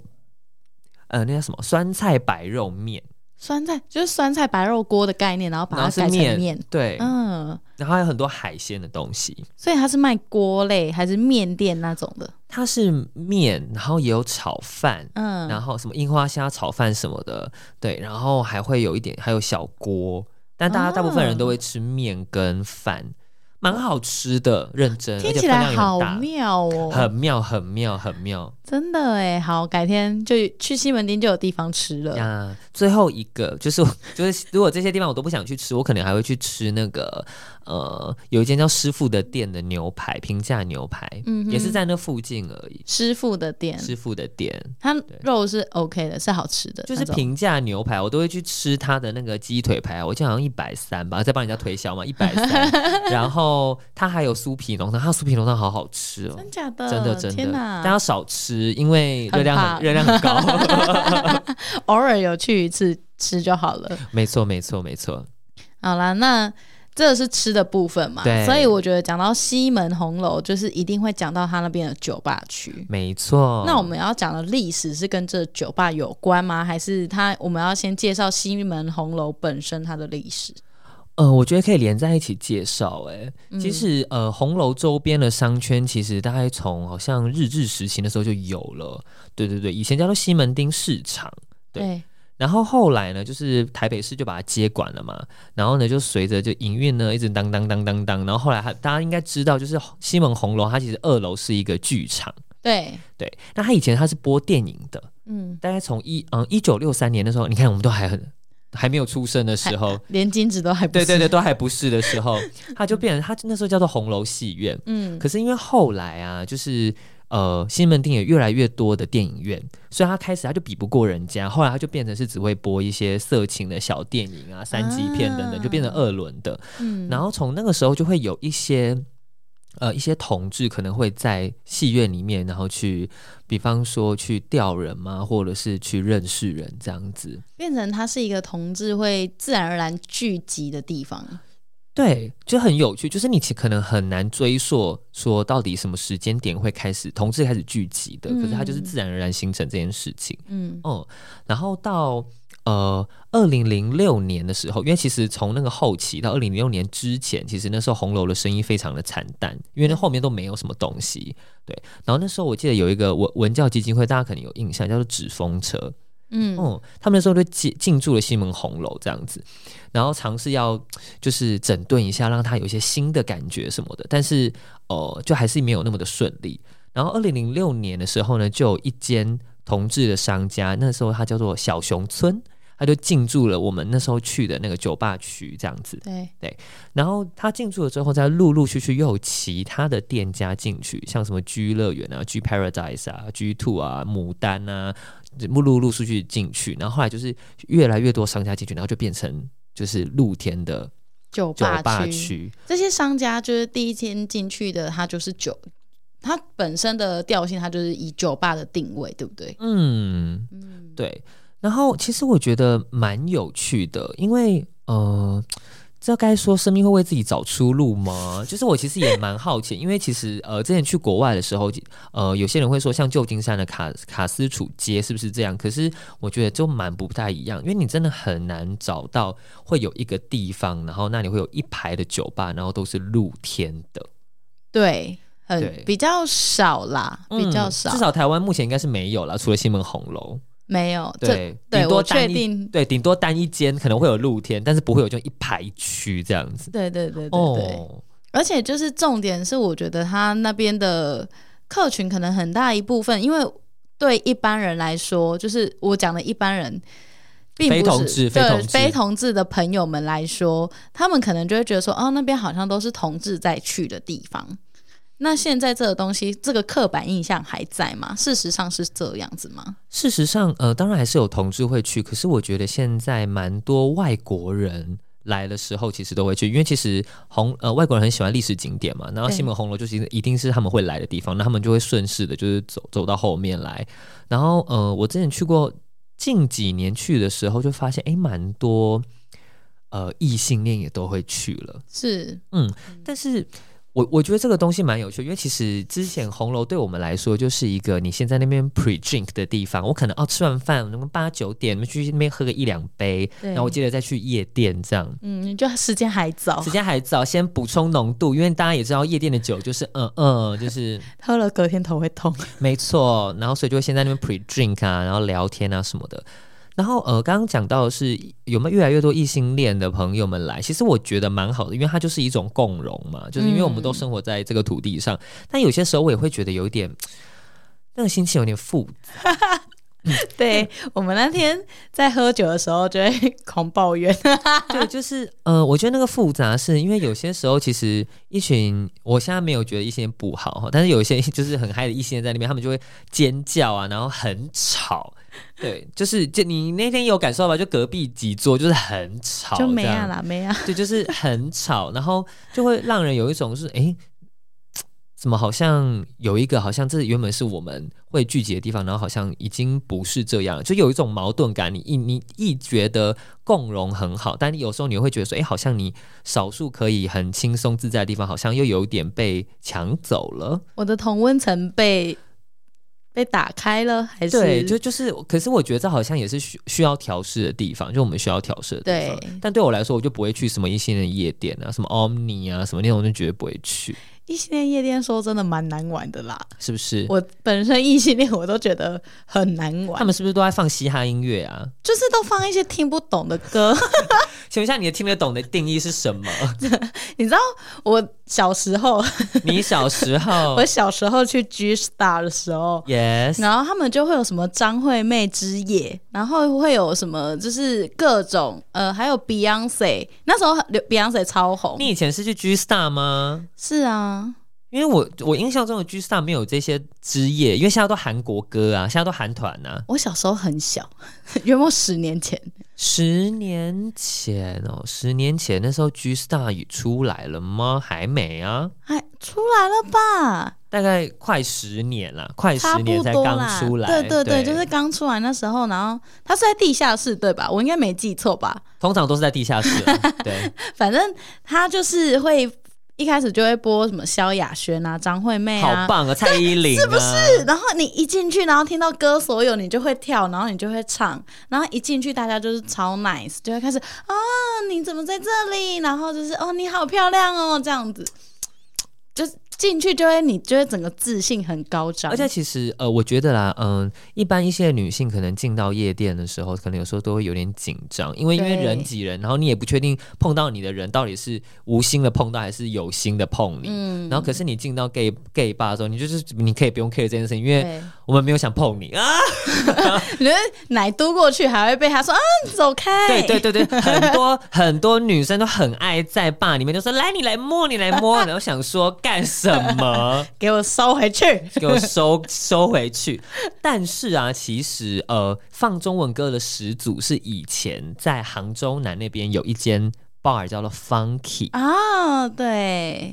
[SPEAKER 2] 呃，那叫什么酸菜白肉面，
[SPEAKER 1] 酸菜就是酸菜白肉锅的概念，然后把
[SPEAKER 2] 然后
[SPEAKER 1] 它
[SPEAKER 2] 是
[SPEAKER 1] 改成
[SPEAKER 2] 面
[SPEAKER 1] 面，
[SPEAKER 2] 对，
[SPEAKER 1] 嗯，
[SPEAKER 2] 然后还有很多海鲜的东西。
[SPEAKER 1] 所以它是卖锅类还是面店那种的？
[SPEAKER 2] 它是面，然后也有炒饭，
[SPEAKER 1] 嗯，
[SPEAKER 2] 然后什么樱花虾炒饭什么的，对，然后还会有一点，还有小锅，但大家
[SPEAKER 1] 哦
[SPEAKER 2] 大部分人都会吃面跟饭，蛮好吃的，认真，而
[SPEAKER 1] 听起
[SPEAKER 2] 且分
[SPEAKER 1] 来
[SPEAKER 2] 量也
[SPEAKER 1] 好
[SPEAKER 2] 很大，
[SPEAKER 1] 妙哦，
[SPEAKER 2] 很妙，很妙，很妙
[SPEAKER 1] 真的哎，好，改天就去西门町就有地方吃了。
[SPEAKER 2] 呀！最后一个就是我， 就是如果这些地方我都不想去吃，我可能还会去吃那个呃，有一间叫师傅的店的牛排，平价牛排，
[SPEAKER 1] 嗯哼嗯
[SPEAKER 2] 也是在那附近而已。
[SPEAKER 1] 师傅的店，
[SPEAKER 2] 师傅的店
[SPEAKER 1] 它肉是 OK 的，是好吃的，
[SPEAKER 2] 就是
[SPEAKER 1] 那种
[SPEAKER 2] 平价牛排，我都会去吃它的那个鸡腿排，啊我记得好像一百三吧，在帮人家推销嘛，一 百三。然后它还有酥皮浓汤，它酥皮浓汤好好吃哦。
[SPEAKER 1] 真假的，
[SPEAKER 2] 真的真
[SPEAKER 1] 天
[SPEAKER 2] 的，
[SPEAKER 1] 哪
[SPEAKER 2] 但！要少吃，因为热量
[SPEAKER 1] 很
[SPEAKER 2] 很
[SPEAKER 1] 怕
[SPEAKER 2] 热量很 高。
[SPEAKER 1] 偶尔有去一次吃就好了。
[SPEAKER 2] 没错没错没错，
[SPEAKER 1] 好啦，那这是吃的部分嘛，
[SPEAKER 2] 对
[SPEAKER 1] 所以我觉得讲到西门红楼，就是一定会讲到它那边的酒吧区。
[SPEAKER 2] 没错。
[SPEAKER 1] 那我们要讲的历史是跟这酒吧有关吗？还是它我们要先介绍西门红楼本身它的历史？
[SPEAKER 2] 呃，我觉得可以连在一起介绍、欸。
[SPEAKER 1] 嗯
[SPEAKER 2] 其实呃，红楼周边的商圈其实大概从好像日治时期的时候就有了。对对对，以前叫做西门町市场。对
[SPEAKER 1] 对，
[SPEAKER 2] 然后后来呢，就是台北市就把它接管了嘛，然后呢，就随着就营运呢一直当当当当当，然后后来还大家应该知道，就是西门红楼它其实二楼是一个剧场，
[SPEAKER 1] 对，
[SPEAKER 2] 对，那它以前它是播电影的，
[SPEAKER 1] 嗯，
[SPEAKER 2] 大概从一嗯一九六三年的时候，你看我们都还很还没有出生的时候，
[SPEAKER 1] 连金子都还不
[SPEAKER 2] 对
[SPEAKER 1] 是，
[SPEAKER 2] 对对，都还不是的时候，它就变成它那时候叫做红楼戏院，
[SPEAKER 1] 嗯，
[SPEAKER 2] 可是因为后来啊，就是呃西门町也越来越多的电影院，所以他开始他就比不过人家，后来他就变成是只会播一些色情的小电影啊、三级片等等，
[SPEAKER 1] 啊
[SPEAKER 2] 就变成二轮的。
[SPEAKER 1] 嗯，
[SPEAKER 2] 然后从那个时候就会有一些。呃，一些同志可能会在戏院里面，然后去，比方说去吊人嘛，或者是去认识人这样子。
[SPEAKER 1] 变成它是一个同志会自然而然聚集的地方。
[SPEAKER 2] 对，就很有趣，就是你其可能很难追溯说到底什么时间点会开始同志开始聚集的，可是它就是
[SPEAKER 1] 嗯
[SPEAKER 2] 自然而然形成这件事情。
[SPEAKER 1] 嗯
[SPEAKER 2] 嗯，然后到呃二零零六年的时候，因为其实从那个后期到二零零六年之前，其实那时候红楼的生意非常的惨淡，因为那后面都没有什么东西。对，然后那时候我记得有一个文文教基金会，大家可能有印象，叫做纸风车。
[SPEAKER 1] 嗯
[SPEAKER 2] 嗯，他们那时候就进进驻了西门红楼这样子，然后尝试要就是整顿一下，让它有一些新的感觉什么的，但是呃，就还是没有那么的顺利。然后二零零六年的时候呢，就有一间同志的商家，那时候它叫做小熊村，它就进驻了我们那时候去的那个酒吧区这样子。
[SPEAKER 1] 对，
[SPEAKER 2] 然后他进驻了之后，再陆陆续续又有其他的店家进去，像什么 G 乐园啊、G Paradise 啊、G Two 啊、牡丹啊，陆陆陆续续进去。然后后来就是越来越多商家进去，然后就变成就是露天的
[SPEAKER 1] 酒
[SPEAKER 2] 酒
[SPEAKER 1] 吧
[SPEAKER 2] 吧
[SPEAKER 1] 区。
[SPEAKER 2] 区。
[SPEAKER 1] 这些商家就是第一天进去的，它就是酒，它本身的调性，它就是以酒吧的定位，对不对？
[SPEAKER 2] 嗯，
[SPEAKER 1] 嗯，
[SPEAKER 2] 对。然后其实我觉得蛮有趣的，因为呃。这该说生命会为自己找出路吗？就是我其实也蛮好奇，因为其实呃，之前去国外的时候，呃，有些人会说像旧金山的卡卡斯楚街是不是这样？可是我觉得就蛮不太一样，因为你真的很难找到会有一个地方，然后那里会有一排的酒吧，然后都是露天的，
[SPEAKER 1] 对，
[SPEAKER 2] 对
[SPEAKER 1] 很比较少啦，比较
[SPEAKER 2] 嗯
[SPEAKER 1] 少，
[SPEAKER 2] 至少台湾目前应该是没有啦，除了西门红楼。
[SPEAKER 1] 没有。这
[SPEAKER 2] 对，
[SPEAKER 1] 对
[SPEAKER 2] 顶多
[SPEAKER 1] 我确
[SPEAKER 2] 单一
[SPEAKER 1] 定
[SPEAKER 2] 对，顶多单一间可能会有露天，但是不会有就一排区这样子。
[SPEAKER 1] 对对对对
[SPEAKER 2] 哦
[SPEAKER 1] 对，而且就是重点是，我觉得他那边的客群可能很大一部分，因为对一般人来说，就是我讲的一般人。并不是
[SPEAKER 2] 非同志非
[SPEAKER 1] 对
[SPEAKER 2] 同志
[SPEAKER 1] 非同志的朋友们来说，他们可能就会觉得说，哦，那边好像都是同志在去的地方。那现在这个东西，这个刻板印象还在吗？事实上是这样子吗？
[SPEAKER 2] 事实上，呃，当然还是有同志会去，可是我觉得现在蛮多外国人。来的时候其实都会去，因为其实红呃外国人很喜欢历史景点嘛，然后
[SPEAKER 1] 对
[SPEAKER 2] 西门红楼就是一定是他们会来的地方，那他们就会顺势的，就是走走到后面来。然后呃，我之前去过，近几年去的时候就发现，诶，蛮多呃异性恋也都会去了。
[SPEAKER 1] 是，
[SPEAKER 2] 但是我我觉得这个东西蛮有趣，因为其实之前红楼对我们来说就是一个你先在那边 pre drink 的地方，我可能哦吃完饭，我们八九点我们去那边喝个一两杯，
[SPEAKER 1] 对
[SPEAKER 2] 然后我接着再去夜店这样。
[SPEAKER 1] 嗯，就时间还早
[SPEAKER 2] 时，间还早，先补充浓度，因为大家也知道夜店的酒就是嗯嗯，就是
[SPEAKER 1] 喝了隔天头会痛。
[SPEAKER 2] 没错，然后所以就会先在那边 pre drink 啊，然后聊天啊什么的。然后呃，刚刚讲到的是有没有越来越多异性恋的朋友们来，其实我觉得蛮好的，因为它就是一种共荣嘛，就是因为我们都生活在这个土地上。但有些时候我也会觉得有一点，那个心情有点复
[SPEAKER 1] 对我们那天在喝酒的时候就会狂抱怨，
[SPEAKER 2] 对，就是呃，我觉得那个复杂是因为有些时候其实一群，我现在没有觉得一些人不好哈，但是有一些就是很嗨的异性恋在那边，他们就会尖叫啊，然后很吵。对，就是就你那天有感受到吧？就隔壁几桌就是很吵，
[SPEAKER 1] 就没
[SPEAKER 2] 这
[SPEAKER 1] 啊
[SPEAKER 2] 样
[SPEAKER 1] 啦，没啊，
[SPEAKER 2] 对，就是很吵，然后就会让人有一种是诶，怎么好像有一个好像这原本是我们会聚集的地方，然后好像已经不是这样了，就有一种矛盾感。你一你一觉得共融很好，但有时候你会觉得说，诶，好像你少数可以很轻松自在的地方，好像又有点被抢走了。
[SPEAKER 1] 我的同温层被被打开了，还是
[SPEAKER 2] 对，就就是，可是我觉得这好像也是需需要调试的地方，就我们需要调试的地方。
[SPEAKER 1] 对
[SPEAKER 2] 但对我来说，我就不会去什么一些人夜店啊，什么 Omni 啊，什么那种，就绝对不会去，
[SPEAKER 1] 异性恋夜店说真的蛮难玩的啦。
[SPEAKER 2] 是不是？
[SPEAKER 1] 我本身异性恋我都觉得很难玩
[SPEAKER 2] 他，们是不是都在放嘻哈音乐啊？
[SPEAKER 1] 就是都放一些听不懂的歌。
[SPEAKER 2] 请问一下，你的听得懂的定义是什么？
[SPEAKER 1] 你知道我小时候，
[SPEAKER 2] 你小时候
[SPEAKER 1] 我小时候去 G Star 的时候。
[SPEAKER 2] ，yes，
[SPEAKER 1] 然后他们就会有什么张惠妹之夜，然后会有什么就是各种呃，还有 Beyonce，那时候 Beyonce 超红，
[SPEAKER 2] 你以前是去 G Star 吗？
[SPEAKER 1] 是啊，
[SPEAKER 2] 因为我我印象中的 G Star 没有这些之夜，因为现在都韩国歌啊，现在都韩团啊。
[SPEAKER 1] 我小时候很小， 约莫十年前，
[SPEAKER 2] 十年前哦，十年前那时候 G Star 也出来了吗？还没啊，
[SPEAKER 1] 哎，出来了吧？
[SPEAKER 2] 大概快十年了，快
[SPEAKER 1] 差
[SPEAKER 2] 十年
[SPEAKER 1] 不
[SPEAKER 2] 才
[SPEAKER 1] 多
[SPEAKER 2] 刚
[SPEAKER 1] 啦，
[SPEAKER 2] 出来。
[SPEAKER 1] 对对对，就是刚出来那时候，然后他是在地下室对吧？我应该没记错吧？
[SPEAKER 2] 通常都是在地下室啊、对，
[SPEAKER 1] 反正他就是会一开始就会播什么萧亚轩啊、张惠妹啊
[SPEAKER 2] 好，棒啊，蔡依林、啊、是不是？
[SPEAKER 1] 然后你一进去，然后听到歌所有，你就会跳，然后你就会唱，然后一进去大家就是超 nice，就会开始啊，你怎么在这里？然后就是哦，你好漂亮哦，这样子，就是进去就会你就会整个自信很高涨，
[SPEAKER 2] 而且其实呃，我觉得啦，嗯、一般一些女性可能进到夜店的时候，可能有时候都会有点紧张，因为因为
[SPEAKER 1] 对
[SPEAKER 2] 人挤人，然后你也不确定碰到你的人到底是无心的碰到还是有心的碰你。
[SPEAKER 1] 嗯
[SPEAKER 2] 然后可是你进到 gay gay bar 的时候，你就是你可以不用 care 这件事情，因为
[SPEAKER 1] 对，哎
[SPEAKER 2] 我们没有想碰你啊。
[SPEAKER 1] 你会奶嘟过去还会被他说啊，你走开，
[SPEAKER 2] 对对对对，很多 很多女生都很爱在 bar 里面就说来你来摸你来 摸，然后想说干什么？
[SPEAKER 1] 给我收回去。
[SPEAKER 2] 给我收 收回去。但是啊，其实呃，放中文歌的始祖是以前在杭州南那边有一间 bar 叫做 Funky，
[SPEAKER 1] 啊，对，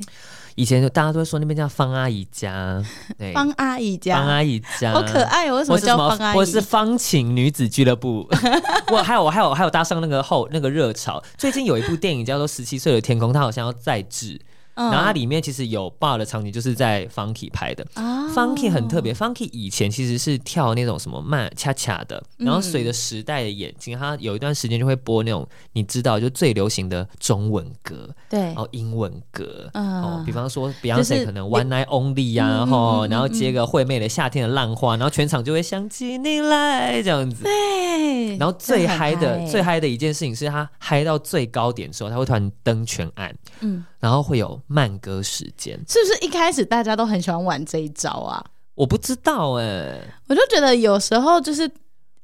[SPEAKER 2] 以前就大家都会说那边叫方阿姨家，对，
[SPEAKER 1] 方阿姨家，
[SPEAKER 2] 方阿姨家，
[SPEAKER 1] 好可。爱哦！为什
[SPEAKER 2] 我
[SPEAKER 1] 么
[SPEAKER 2] 是什
[SPEAKER 1] 叫
[SPEAKER 2] 么
[SPEAKER 1] 方阿？姨？
[SPEAKER 2] 我是方晴女子俱乐部。 我还有我还有我还有搭上那个后那个热潮。最近有一部电影叫做《十七岁的天空》，它好像要再制，
[SPEAKER 1] 嗯
[SPEAKER 2] 然后它里面其实有 bar 的场景，就是在 Funky 拍的。
[SPEAKER 1] 啊
[SPEAKER 2] Funky 很特别，Funky 以前其实是跳那种什么慢恰恰的，然后随
[SPEAKER 1] 嗯
[SPEAKER 2] 着时代的演进，它有一段时间就会播那种你知道就最流行的中文歌，
[SPEAKER 1] 对
[SPEAKER 2] 然，后英文歌，
[SPEAKER 1] 嗯
[SPEAKER 2] 哦，比方说
[SPEAKER 1] 是嗯
[SPEAKER 2] Beyonce 可能 One Night Only 呀、然后、然后接个惠妹的夏天的浪花，然后全场就会想起你来这样子。
[SPEAKER 1] 对，
[SPEAKER 2] 然后
[SPEAKER 1] 哎
[SPEAKER 2] 最
[SPEAKER 1] 这很
[SPEAKER 2] 嗨的、
[SPEAKER 1] 嗨欸
[SPEAKER 2] 最嗨的一件事情是，他嗨到最高点之后，他会突然灯全暗，
[SPEAKER 1] 嗯，
[SPEAKER 2] 然后会有慢歌时间。
[SPEAKER 1] 是不是一开始大家都很喜欢玩这一招啊？
[SPEAKER 2] 我不知道哎、
[SPEAKER 1] 我就觉得有时候就是，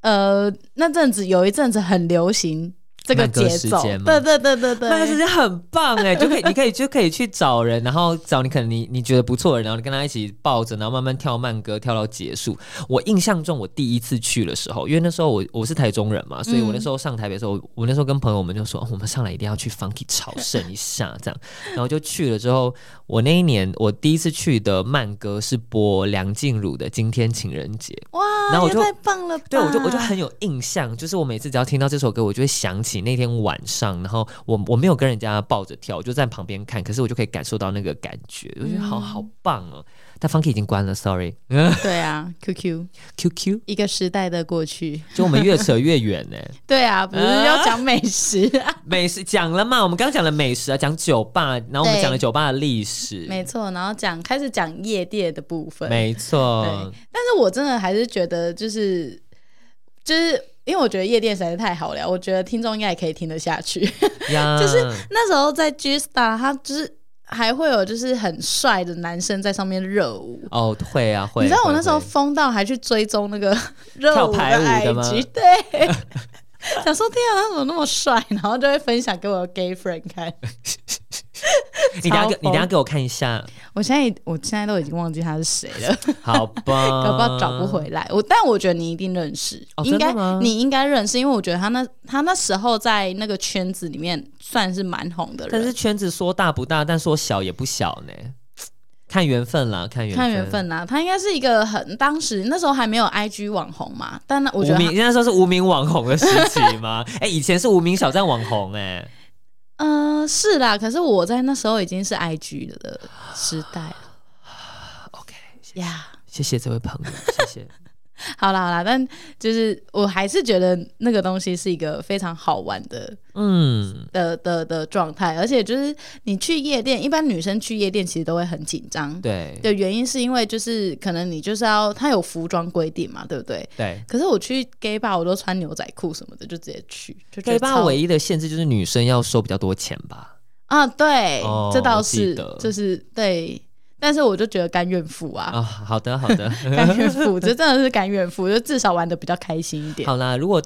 [SPEAKER 1] 呃，那阵子有一阵子很流行这个
[SPEAKER 2] 慢歌
[SPEAKER 1] 节
[SPEAKER 2] 时
[SPEAKER 1] 奏，
[SPEAKER 2] 间吗
[SPEAKER 1] 对对对对对，
[SPEAKER 2] 那个时间很棒哎、就可以，你 可以就可以去找人，然后找你可能你你觉得不错的人，然后你跟他一起抱着，然后慢慢跳慢歌，跳到结束。我印象中，我第一次去的时候，因为那时候我我是台中人嘛，所以我那时候上台北的时候，我我那时候跟朋友们就说，哦我们上来一定要去 Funky 朝圣一下这样，然后就去了之后，我那一年我第一次去的慢歌是播梁静茹的《今天情人节》。
[SPEAKER 1] 哇，
[SPEAKER 2] 然后我就
[SPEAKER 1] 啊也太棒了吧，
[SPEAKER 2] 对，我就
[SPEAKER 1] 啊
[SPEAKER 2] 我就很有印象，就是我每次只要听到这首歌，我就会想起那天晚上，然后我我没有跟人家抱着跳，我就在旁边看，可是我就可以感受到那个感觉，我觉得好
[SPEAKER 1] 嗯
[SPEAKER 2] 好棒哦。但 Funky 已经关了，Sorry。
[SPEAKER 1] 对啊，QQ
[SPEAKER 2] QQ，
[SPEAKER 1] 一个时代的过去，
[SPEAKER 2] 就我们越扯越远呢、
[SPEAKER 1] 对啊，不是要讲美食 啊，
[SPEAKER 2] 美食讲了嘛，我们刚刚讲了美食啊，讲酒吧，然后我们
[SPEAKER 1] 对
[SPEAKER 2] 讲了酒吧的历史，
[SPEAKER 1] 没错，然后讲开始讲夜店的部分，
[SPEAKER 2] 没
[SPEAKER 1] 对
[SPEAKER 2] 错，，
[SPEAKER 1] 但是我真的还是觉得就是就是。因为我觉得夜店实在是太好聊，我觉得听众应该也可以听得下去。
[SPEAKER 2] 呀，
[SPEAKER 1] 就是那时候在 G Star，他就是还会有就是很帅的男生在上面热舞。
[SPEAKER 2] 哦，会啊会。
[SPEAKER 1] 你知道我那
[SPEAKER 2] 会
[SPEAKER 1] 时候
[SPEAKER 2] 会
[SPEAKER 1] 疯到还去追踪那个 热
[SPEAKER 2] 跳
[SPEAKER 1] 舞的
[SPEAKER 2] 排舞的吗
[SPEAKER 1] IG，对， 想说天啊，他怎么那么帅？然后就会分享给我的 gay friend 看。
[SPEAKER 2] 你等下
[SPEAKER 1] 超
[SPEAKER 2] 给你等下
[SPEAKER 1] 疯
[SPEAKER 2] 给我看一下，
[SPEAKER 1] 我现在我现在都已经忘记他是谁了，
[SPEAKER 2] 好吧？
[SPEAKER 1] 搞不好找不。回来。我但我觉得你一定认识，
[SPEAKER 2] 嗯哦
[SPEAKER 1] 应该
[SPEAKER 2] 真的吗
[SPEAKER 1] 你应该认识，因为我觉得他那他那时候在那个圈子里面算是蛮红的人。
[SPEAKER 2] 但是圈子说大不大，但说小也不小呢，看缘分啦，看缘
[SPEAKER 1] 看缘。分啦、啊他应该是一个很当时那时候还没有 IG 网红嘛，但那我觉得
[SPEAKER 2] 无
[SPEAKER 1] 他
[SPEAKER 2] 名，那时候是无名网红的时期 吗？哎、以前是无名小站网红哎、
[SPEAKER 1] 嗯、是啦，可是我在那时候已经是 IG 的时代了
[SPEAKER 2] OK，
[SPEAKER 1] 呀。
[SPEAKER 2] 谢谢这位朋友，谢谢。
[SPEAKER 1] 好啦好啦，但就是我还是觉得那个东西是一个非常好玩的
[SPEAKER 2] 嗯，
[SPEAKER 1] 的的的状态，而且就是你去夜店，一般女生去夜店其实都会很紧张。
[SPEAKER 2] 对
[SPEAKER 1] 的原因是因为就是可能你就是要它有服装规定嘛，对不对？
[SPEAKER 2] 对。
[SPEAKER 1] 可是我去 gay bar 我都穿牛仔裤什么的，就直接去，就觉
[SPEAKER 2] gay
[SPEAKER 1] 得
[SPEAKER 2] bar
[SPEAKER 1] 超
[SPEAKER 2] 唯一的限制就是女生要收比较多钱吧？
[SPEAKER 1] 啊，对，
[SPEAKER 2] 哦
[SPEAKER 1] 这倒
[SPEAKER 2] 我记
[SPEAKER 1] 是
[SPEAKER 2] 得，
[SPEAKER 1] 就是对，但是我就觉得甘愿付啊，
[SPEAKER 2] 啊、好的好的，
[SPEAKER 1] 甘愿付，这真的是甘愿付，就至少玩的比较开心一点。
[SPEAKER 2] 好啦，如果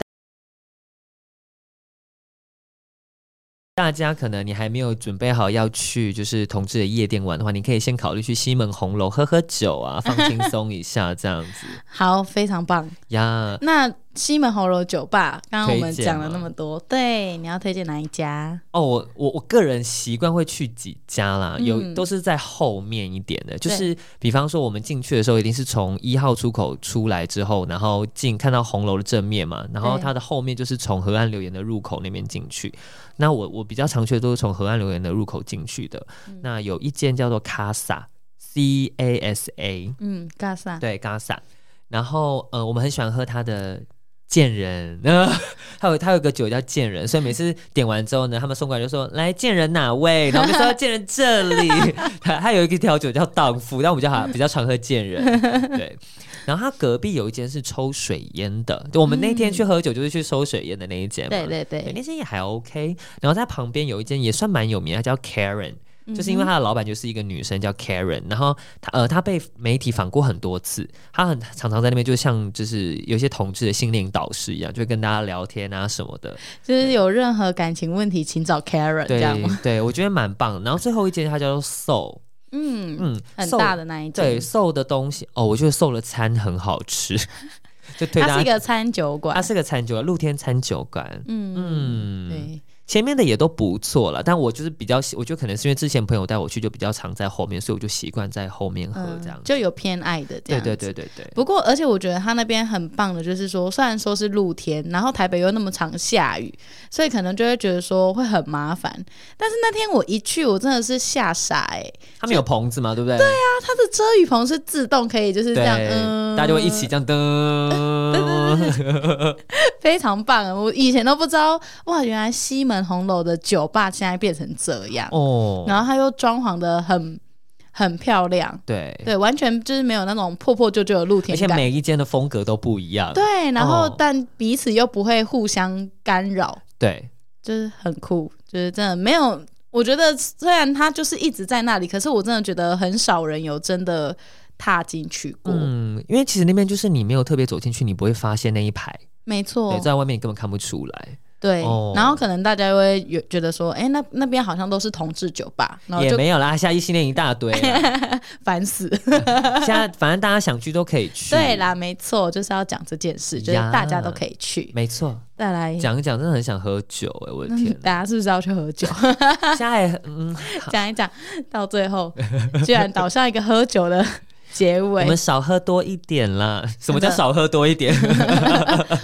[SPEAKER 2] 大家可能你还没有准备好要去就是同志的夜店玩的话，你可以先考虑去西门红楼喝喝酒啊，放轻松一下这样子
[SPEAKER 1] 好，非常棒。
[SPEAKER 2] 呀。
[SPEAKER 1] 那西门红楼酒吧，刚刚我们
[SPEAKER 2] 推荐
[SPEAKER 1] 讲了
[SPEAKER 2] 吗
[SPEAKER 1] 那么多，对，你要推荐哪一家？
[SPEAKER 2] 哦，我我我个人习惯会去几家啦，
[SPEAKER 1] 嗯
[SPEAKER 2] 有都是在后面一点的，就是比方说我们进去的时候，一定是从一号出口出来之后，然后进看到红楼的正面嘛，然后
[SPEAKER 1] 对
[SPEAKER 2] 它的后面就是从河岸留言的入口那边进去。那我我比较常去的都是从河岸留言的入口进去的。
[SPEAKER 1] 嗯
[SPEAKER 2] 那有一间叫做卡萨 C A S A，
[SPEAKER 1] 嗯，嘎萨，
[SPEAKER 2] 对，嘎萨。然后呃，我们很喜欢喝它的贱人， 呃，它有它有一个酒叫贱人，所以每次点完之后呢，他们送过来就说来贱人哪位，然后我们 就说贱人这里， 它它有一条酒叫荡妇，但我们比较好比较常喝贱人，对。然后它隔壁有一间是抽水烟的，就我们那天去喝酒就是去抽水烟的那一间嘛，
[SPEAKER 1] 嗯对对
[SPEAKER 2] 对，
[SPEAKER 1] 对，
[SPEAKER 2] 那间也还 OK。然后在旁边有一间也算蛮有名的，它叫 Karen，就是
[SPEAKER 1] 嗯
[SPEAKER 2] 因为它的老板就是一个女生叫 Karen，然后她呃她被媒体访过很多次，她很常常在那边就像就是有一些同志的心灵导师一样，就会跟大家聊天啊什么的。
[SPEAKER 1] 就是有任何感情问题，请找 Karen 这
[SPEAKER 2] 对
[SPEAKER 1] 样吗？
[SPEAKER 2] 对，我觉得蛮棒的。然后最后一间它叫做 Soul，
[SPEAKER 1] 嗯，
[SPEAKER 2] 嗯，
[SPEAKER 1] 很
[SPEAKER 2] Soul-
[SPEAKER 1] 大的那一间，
[SPEAKER 2] 对 Soul 的东西哦，我觉得 Soul 的餐很好吃， 就推
[SPEAKER 1] 它是
[SPEAKER 2] 大
[SPEAKER 1] 一
[SPEAKER 2] 家。
[SPEAKER 1] 个餐酒馆
[SPEAKER 2] 它，是个餐酒馆，露天餐酒馆。
[SPEAKER 1] 嗯
[SPEAKER 2] 嗯，
[SPEAKER 1] 对，
[SPEAKER 2] 前面的也都不错了，但我就是比较喜，我觉得可能是因为之前朋友带我去就比较常在后面，所以我就习惯在后面喝这样
[SPEAKER 1] 嗯，
[SPEAKER 2] 子。
[SPEAKER 1] 就有偏爱的这
[SPEAKER 2] 对
[SPEAKER 1] 样，
[SPEAKER 2] 对对对对，
[SPEAKER 1] 不过，而且我觉得他那边很棒的，就是说，虽然说是露天，然后台北又那么常下雨，所以可能就会觉得说会很麻烦。但是那天我一去，我真的是吓傻哎、欸！
[SPEAKER 2] 他们有棚子嘛，对不对？对啊，
[SPEAKER 1] 它的遮雨棚是自动可以，就是这样，嗯，
[SPEAKER 2] 大家就会一起，这样噔。
[SPEAKER 1] 非常棒啊！我以前都不知道，哇，原来西门红楼的酒吧现在变成这样，
[SPEAKER 2] 哦，
[SPEAKER 1] 然后它又装潢的很很漂亮，
[SPEAKER 2] 对，
[SPEAKER 1] 对，完全就是没有那种破破旧旧的露
[SPEAKER 2] 而
[SPEAKER 1] 天
[SPEAKER 2] 且
[SPEAKER 1] 感。
[SPEAKER 2] 每一间的风格都不一样。
[SPEAKER 1] 对，然后
[SPEAKER 2] 哦
[SPEAKER 1] 但彼此又不会互相干扰，
[SPEAKER 2] 对
[SPEAKER 1] 就是很酷，就是真的没有。我觉得虽然他就是一直在那里，可是我真的觉得很少人有真的踏进去过。
[SPEAKER 2] 嗯，因为其实那边就是你没有特别走进去，你不会发现那一排，
[SPEAKER 1] 没
[SPEAKER 2] 对，
[SPEAKER 1] 错，
[SPEAKER 2] 在外面根本看不出来，
[SPEAKER 1] 对。
[SPEAKER 2] 哦
[SPEAKER 1] 然后可能大家会有觉得说，哎、那那边好像都是同志酒吧，然后
[SPEAKER 2] 也
[SPEAKER 1] 就
[SPEAKER 2] 没有啦。下一系列一大堆 啦，
[SPEAKER 1] 烦 死。
[SPEAKER 2] 现在反正大家想去都可以去。
[SPEAKER 1] 对，啦，没错，就是要讲这件事，就是
[SPEAKER 2] 呀
[SPEAKER 1] 大家都可以去。
[SPEAKER 2] 没错，
[SPEAKER 1] 再来，
[SPEAKER 2] 讲一讲真的很想喝酒哎、我 的
[SPEAKER 1] 那
[SPEAKER 2] 天哪！
[SPEAKER 1] 大家是不是要去喝酒？
[SPEAKER 2] 现在 嗯，
[SPEAKER 1] 讲一讲，到最 后居然导向一个喝酒的结
[SPEAKER 2] 我
[SPEAKER 1] 尾
[SPEAKER 2] 们。少喝多一点 啦。什么叫少喝多一点？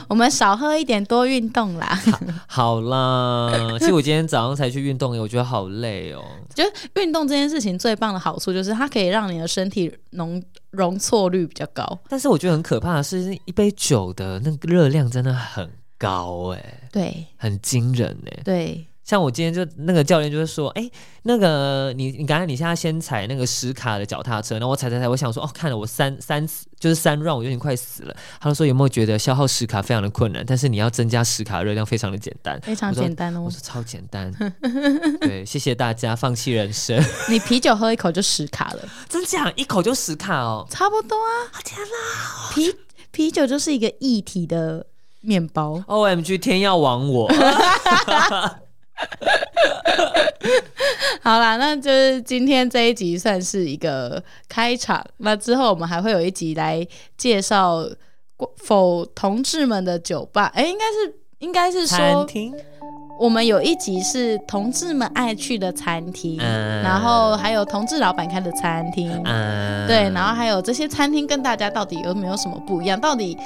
[SPEAKER 1] 我们少喝一点，多运动啦。
[SPEAKER 2] 好啦，其实我今天早上才去运动耶，我觉得好累哦。
[SPEAKER 1] 就是运动这件事情最棒的好处就是它可以让你的身体容容错率比较高。
[SPEAKER 2] 但是我觉得很可怕的是，一杯酒的那个热量真的很高哎、
[SPEAKER 1] 对
[SPEAKER 2] 很惊人哎、
[SPEAKER 1] 对，
[SPEAKER 2] 像我今天就那个教练就会说，哎、那个你你刚才你现在先踩那个十卡的脚踏车，然后我踩踩踩，我想说哦，看了我三三次就是三 round 我有点快死了。他就说有没有觉得消耗十卡非常的困难，但是你要增加十卡的热量非常的简单。
[SPEAKER 1] 非常
[SPEAKER 2] 我说
[SPEAKER 1] 简单
[SPEAKER 2] 我
[SPEAKER 1] 哦
[SPEAKER 2] 说。超简单，对，谢谢大家放弃人生，
[SPEAKER 1] 你啤酒喝一口就十卡了，
[SPEAKER 2] 真假一口就十卡哦，
[SPEAKER 1] 差不多啊。
[SPEAKER 2] 天哪
[SPEAKER 1] 啤啤酒就是一个液体的面包，
[SPEAKER 2] ！O M G，天要亡 我，
[SPEAKER 1] 好啦，那就是今天这一集算是一个开场。那之后我们还会有一集来介绍过否同志们的酒吧，哎、应该是应该是
[SPEAKER 2] 餐
[SPEAKER 1] 说
[SPEAKER 2] 厅，
[SPEAKER 1] 我们有一集是同志们爱去的餐厅，
[SPEAKER 2] 嗯
[SPEAKER 1] 然后还有同志老板开的餐厅。
[SPEAKER 2] 嗯，
[SPEAKER 1] 对，然后还有这些餐厅跟大家到底有没有什么不一样？到底，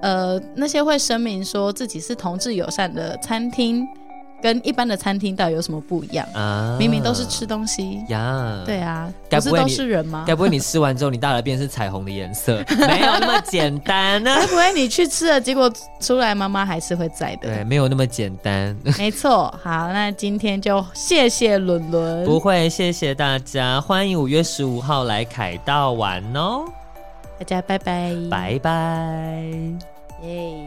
[SPEAKER 1] 呃，那些会声明说自己是同志友善的餐厅，跟一般的餐厅到底有什么不一样？
[SPEAKER 2] 啊
[SPEAKER 1] 明明都是吃东西，
[SPEAKER 2] 呀，
[SPEAKER 1] 对。啊，
[SPEAKER 2] 该
[SPEAKER 1] 不是
[SPEAKER 2] 不会
[SPEAKER 1] 都
[SPEAKER 2] 你
[SPEAKER 1] 是人吗？
[SPEAKER 2] 嗯该不会你吃完之后，你大的便是彩虹的颜色？ 没有那么简单啊呢、
[SPEAKER 1] 该不会你去吃了，结果出来妈妈还是会在
[SPEAKER 2] 对，
[SPEAKER 1] 的？
[SPEAKER 2] 没有那么简单。
[SPEAKER 1] 没错。好，那今天就谢谢伦伦，
[SPEAKER 2] 不会，谢谢大家，欢迎五月十五号来凯道玩哦，
[SPEAKER 1] 大家拜拜，
[SPEAKER 2] 拜拜。
[SPEAKER 1] 耶。